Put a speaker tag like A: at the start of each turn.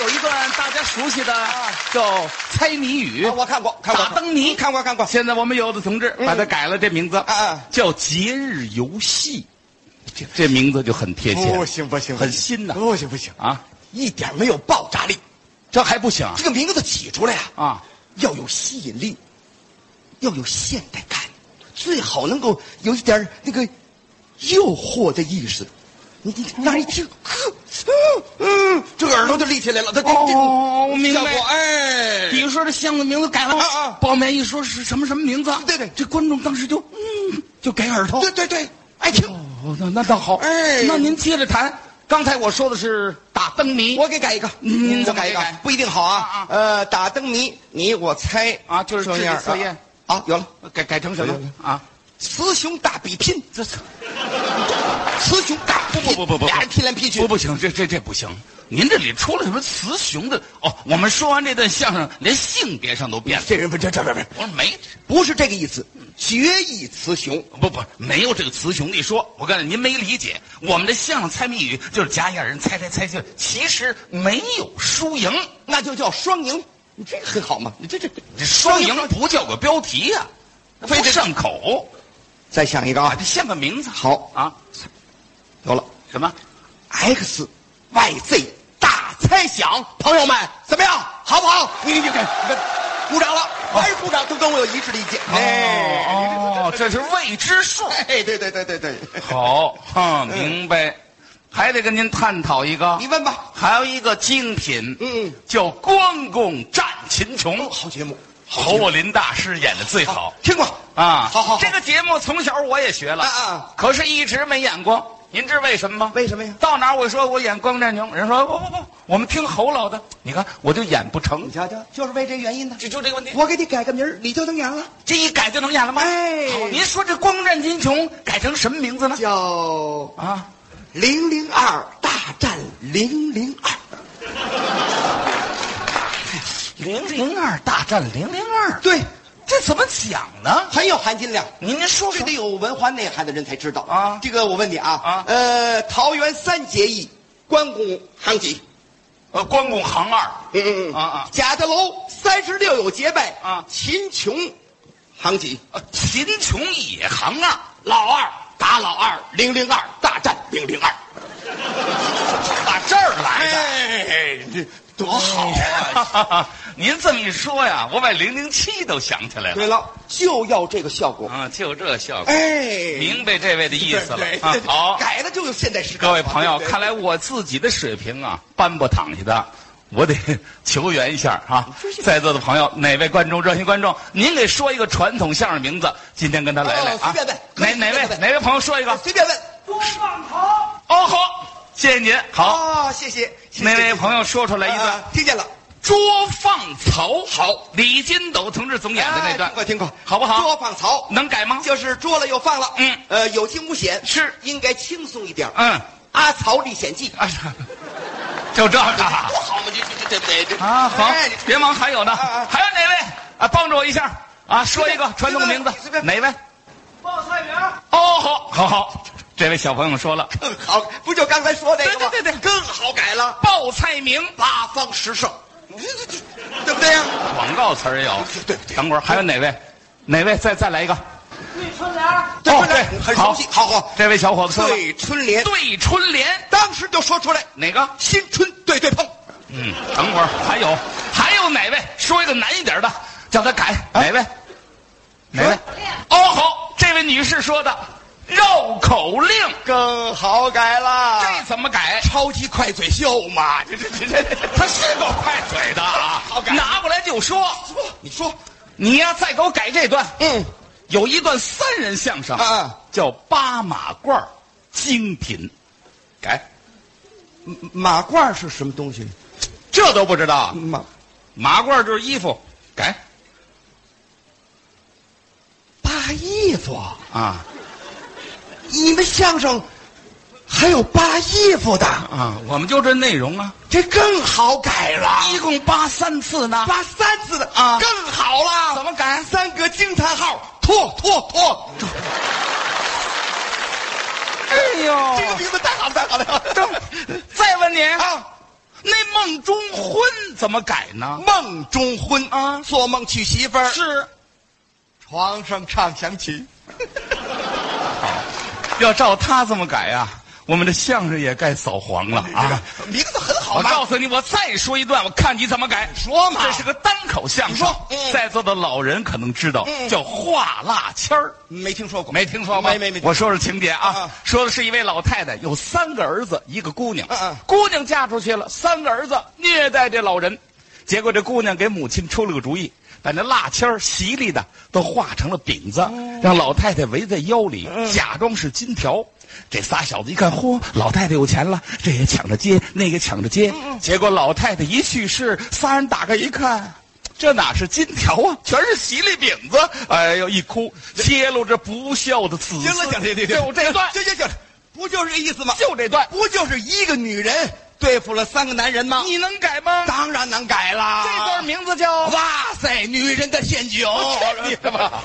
A: 有一段大家熟悉的叫猜谜语
B: 啊啊，我看过，看过，
A: 打灯谜
B: 看过看过。
A: 现在我们有的同志把它改了这名字，
B: 嗯
A: 叫节日游戏，这这名字就很贴
B: 不
A: 切，
B: 哦行不行，哦
A: 很新呐
B: 不行不行，
A: 啊，
B: 一点没有爆炸力。
A: 这还不行啊
B: 这个名字起出来呀、啊，
A: 啊！
B: 要有吸引力，要有现代感，最好能够有一点儿那个诱惑的意识。你你让人一听，呵，嗯嗯，这个耳朵就立起来了。他
A: 哦我明白
B: 哎
A: 比如说这箱子名字改了
B: 啊啊
A: 报面一说是什么什么名字，
B: 对对
A: 这观众当时就嗯就给耳朵，
B: 对对对，爱听。
A: 哦，那那倒好，
B: 哎
A: 那您接着谈，刚才我说的是打灯谜，
B: 我给改一个，
A: 嗯
B: 您
A: 怎
B: 再
A: 么
B: 改一
A: 给
B: 个
A: 改，
B: 不一定好
A: 啊啊
B: 啊。呃，打灯谜，你我猜
A: 啊就是
B: 这样
A: 智力测验
B: 啊。啊有了，
A: 改改成什么
B: 哎呀
A: 啊？
B: 雌雄大比拼，
A: 这这
B: 雌雄大比拼
A: 不不不不不
B: 俩人踢来踢去
A: 不。不行，这这这不行。您这里出了什么雌雄的？哦，我们说完这段相声，连性别上都变了。
B: 这人不这这这这
A: 我说没，
B: 不是这个意思，决意雌雄。
A: 不不，没有这个雌雄的一说。我告诉您，您没理解，我们的相声猜谜语就是假眼人猜猜猜猜，其实没有输赢。
B: 那就叫双赢，你这个很好嘛。你这这，
A: 这双赢不叫个标题呀、啊，非得上口，
B: 再想一个
A: 啊，
B: 啊
A: 这，像个名字。
B: 好
A: 啊，
B: 有了
A: 什么？
B: ，X Y Z 大猜想，朋友们怎么样？好不好？你你看，你看鼓掌了，还是鼓掌，都跟我有一致的意见。哎，
A: 哦，这是未知数。
B: 哎，对对对对对，
A: 好，哈，明白。还得跟您探讨一个
B: 嗯你，问吧。
A: 还有一个精品，
B: 嗯，
A: 叫《关公战秦琼》，
B: 哦好节目，
A: 侯宝林大师演的最好
B: 听过
A: 啊。
B: 好好好
A: 这个节目从小我也学了
B: 啊啊，
A: 可是一直没演过。您知为什么吗？
B: 为什么呀
A: 到哪儿我说我演关公战秦琼，人说不不不，我们听侯老的，你看我就演不成
B: 你，瞧瞧，就是为这原因呢。
A: 就就这个问题。
B: 我给你改个名儿，你就能演了，
A: 这一改就能演了吗？
B: 哎
A: 好您说这光战秦琼改成什么名字呢？
B: 叫
A: 啊，
B: 零零二大战零零二。
A: 零零二大战零零二，
B: 对，
A: 这怎么讲呢？
B: 很有含金量。
A: 您您说
B: 这
A: 说
B: 得有文化内涵的人才知道
A: 啊
B: 这个我问你啊，
A: 啊
B: 呃，桃园三结义，关公行几？
A: 呃，关公行二，
B: 嗯
A: 啊啊
B: 贾德楼三十六有结拜
A: 啊
B: 秦琼行几？
A: 呃秦琼也行二，
B: 老二打老二，零零二大战零零二。
A: 打这儿来的。
B: 哎，这多好
A: 哈！哈
B: 哎
A: 哈 您这么一说呀，我把零零七都想起来了。
B: 对了，就要这个效果。
A: 啊，就这效果，
B: 哎，
A: 明白这位的意思了
B: 对对
A: 啊
B: 对。
A: 好，
B: 改的就有现代时刻。
A: 各位朋友，
B: 对对
A: 看来我自己的水平啊，搬不躺下的，我得 求援一下啊
B: 真是！
A: 在座的朋友，哪位观众、热心观众，您给说一个传统相声名字，今天跟他来来
B: 哦
A: 啊
B: 随便问！可
A: 哪
B: 以
A: 哪
B: 随
A: 位
B: 便问
A: 哪位朋友说一个？
B: 随便问。
A: 哦，好，谢谢您。好，
B: 啊，谢谢。谢谢
A: 那位朋友说出来一段
B: 啊听见了。
A: 呃捉放曹，好，李金斗同志总演的那段
B: 哎听，过听过，
A: 好不
B: 捉
A: 好？
B: 放曹，
A: 能改吗？
B: 就是捉了又放了。
A: 嗯
B: 呃，有惊无险，
A: 是
B: 应该轻松一点。
A: 嗯，
B: 阿曹历险记，
A: 啊，就这 个啊
B: 多好嘛！这这这这这
A: 啊，好
B: 哎，
A: 别忙，还有呢，
B: 啊啊
A: 还有哪位啊？帮助我一下啊，说一个传统的名字
B: 随便，
A: 哪位？
C: 报菜名儿，
A: 哦，好，好好，这位小朋友说了，
B: 更好，不就刚才说那个吗？
A: 对对对对
B: 更好改了，
A: 报菜名
B: 八方十胜，你这这对不对呀？
A: 广告词儿也有，
B: 对对对
A: 等会儿还有哪位？哪位？再再来一个。
C: 对春联儿，
B: 对
A: 哦
B: 不对？很熟悉，好好。
A: 这位小伙子说了，
B: 对春联，
A: 对春联
B: 当时就说出来，
A: 哪个？
B: 新春对对碰，
A: 嗯，等会儿还有还有哪位？说一个难一点的，叫他改、
B: 啊
A: 哪位？哪位？哦，好，这位女士说的绕口令，
B: 更好改了。
A: 这怎么改？
B: 啊超级快嘴秀嘛，这这这这，
A: 他是够快嘴的啊
B: 好，改
A: 拿过来就说。
B: 你说，
A: 你呀，再给我改这段，
B: 嗯，
A: 有一段三人相声
B: 啊啊，
A: 叫《八马褂儿》，精品，改
B: 马褂是什么东西？
A: 这都不知道啊？
B: 马
A: 马褂儿就是衣服，改
B: 扒衣服啊，
A: 啊
B: 你们相声还有扒衣服的，
A: 啊，我们就这内容啊，
B: 这更好改了。
A: 一共扒三次呢。
B: 扒三次的
A: 啊
B: 更好了。
A: 怎么改
B: 三个惊叹号，拓拓拓！
A: 哎 呦，
B: 这个名字太好了，太好了。
A: 再问您
B: 啊，
A: 那梦中婚怎么改呢？
B: 梦中婚
A: 啊
B: 做梦娶媳妇儿，
A: 是，
B: 床上唱响起。
A: 要照他这么改呀、我们的相声也该扫黄了啊！
B: 这个名字很好
A: 我
B: 嘛，
A: 告诉你，我再说一段，我看你怎么改。
B: 说嘛
A: 这是个单口相声。
B: 你说嗯
A: 在座的老人可能知道，
B: 嗯
A: 叫画蜡签儿。
B: 没听说过，
A: 没听说过，
B: 没没没听
A: 我说说情节啊，
B: 嗯嗯
A: 说的是一位老太太有三个儿子，一个姑娘，
B: 嗯嗯
A: 啊姑娘嫁出去了，三个儿子虐待这老人，结果这姑娘给母亲出了个主意，把那蜡签儿淅沥的都画成了饼子，
B: 哦
A: 让老太太围在腰里，
B: 嗯
A: 假装是金条。这仨小子一看，嚯，老太太有钱了，这也抢着接，那个抢着接，
B: 嗯
A: 结果老太太一去世，仨人打开一看。这哪是金条啊，全是洗礼饼子！哎呦，一哭揭露这不孝的子嗣。
B: 行了，行了，行了行了
A: 就这段，
B: 行行行了，不就是这意思吗？
A: 就这段，
B: 不就是一个女人对付了三个男人吗？
A: 你能改吗？
B: 当然能改啦。
A: 这段名字叫
B: 哇塞，女人的陷阱！
A: 我劝你了吧。